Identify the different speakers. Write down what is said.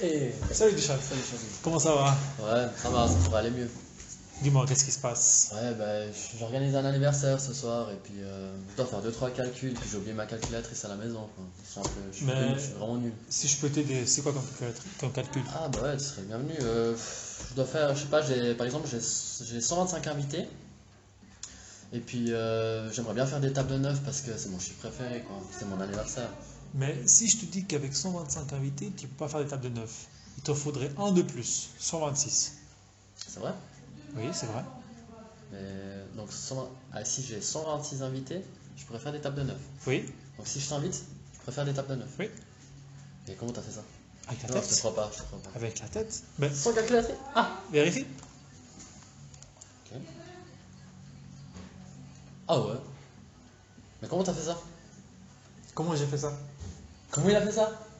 Speaker 1: Et Eh, salut Richard.
Speaker 2: Salut, chérie.
Speaker 1: Comment ça va
Speaker 2: Ouais, ça va, ça va aller mieux.
Speaker 1: Dis-moi, qu'est-ce qui se passe
Speaker 2: Ouais, bah, j'organise un anniversaire ce soir et puis euh, je dois faire 2-3 calculs, puis j'ai oublié ma calculatrice à la maison. Quoi. Je, suis un peu- je suis
Speaker 1: Mais-
Speaker 2: nul, je suis vraiment nul.
Speaker 1: Si je peux t'aider, c'est quoi ton, ton calcul
Speaker 2: Ah bah ouais, tu serais bienvenu. Euh, pff, je dois faire, je sais pas, j'ai, par exemple, j'ai j'ai 125 invités. Et puis euh, j'aimerais bien faire des tables de neuf parce que c'est mon chiffre préféré, quoi. C'est mon anniversaire.
Speaker 1: Mais si je te dis qu'avec 125 invités, tu peux pas faire des tables de 9, il te faudrait un de plus, 126.
Speaker 2: C'est vrai
Speaker 1: Oui, c'est vrai.
Speaker 2: Mais, donc, 100 ah, si j'ai 126 invités, je pourrais faire des tables de neuf.
Speaker 1: Oui,
Speaker 2: Donc si je t'invite, je préfère des tables de neuf.
Speaker 1: Oui.
Speaker 2: Et comment t'as fait ça
Speaker 1: avec la
Speaker 2: Non, je te
Speaker 1: tête.
Speaker 2: crois pas, je te crois pas.
Speaker 1: Avec la tête. Mais
Speaker 2: Sans calculatrice Ah
Speaker 1: vérifie.
Speaker 2: Ah ouais Mais comment t'as fait ça
Speaker 1: Comment j'ai fait ça
Speaker 2: Comment il a fait ça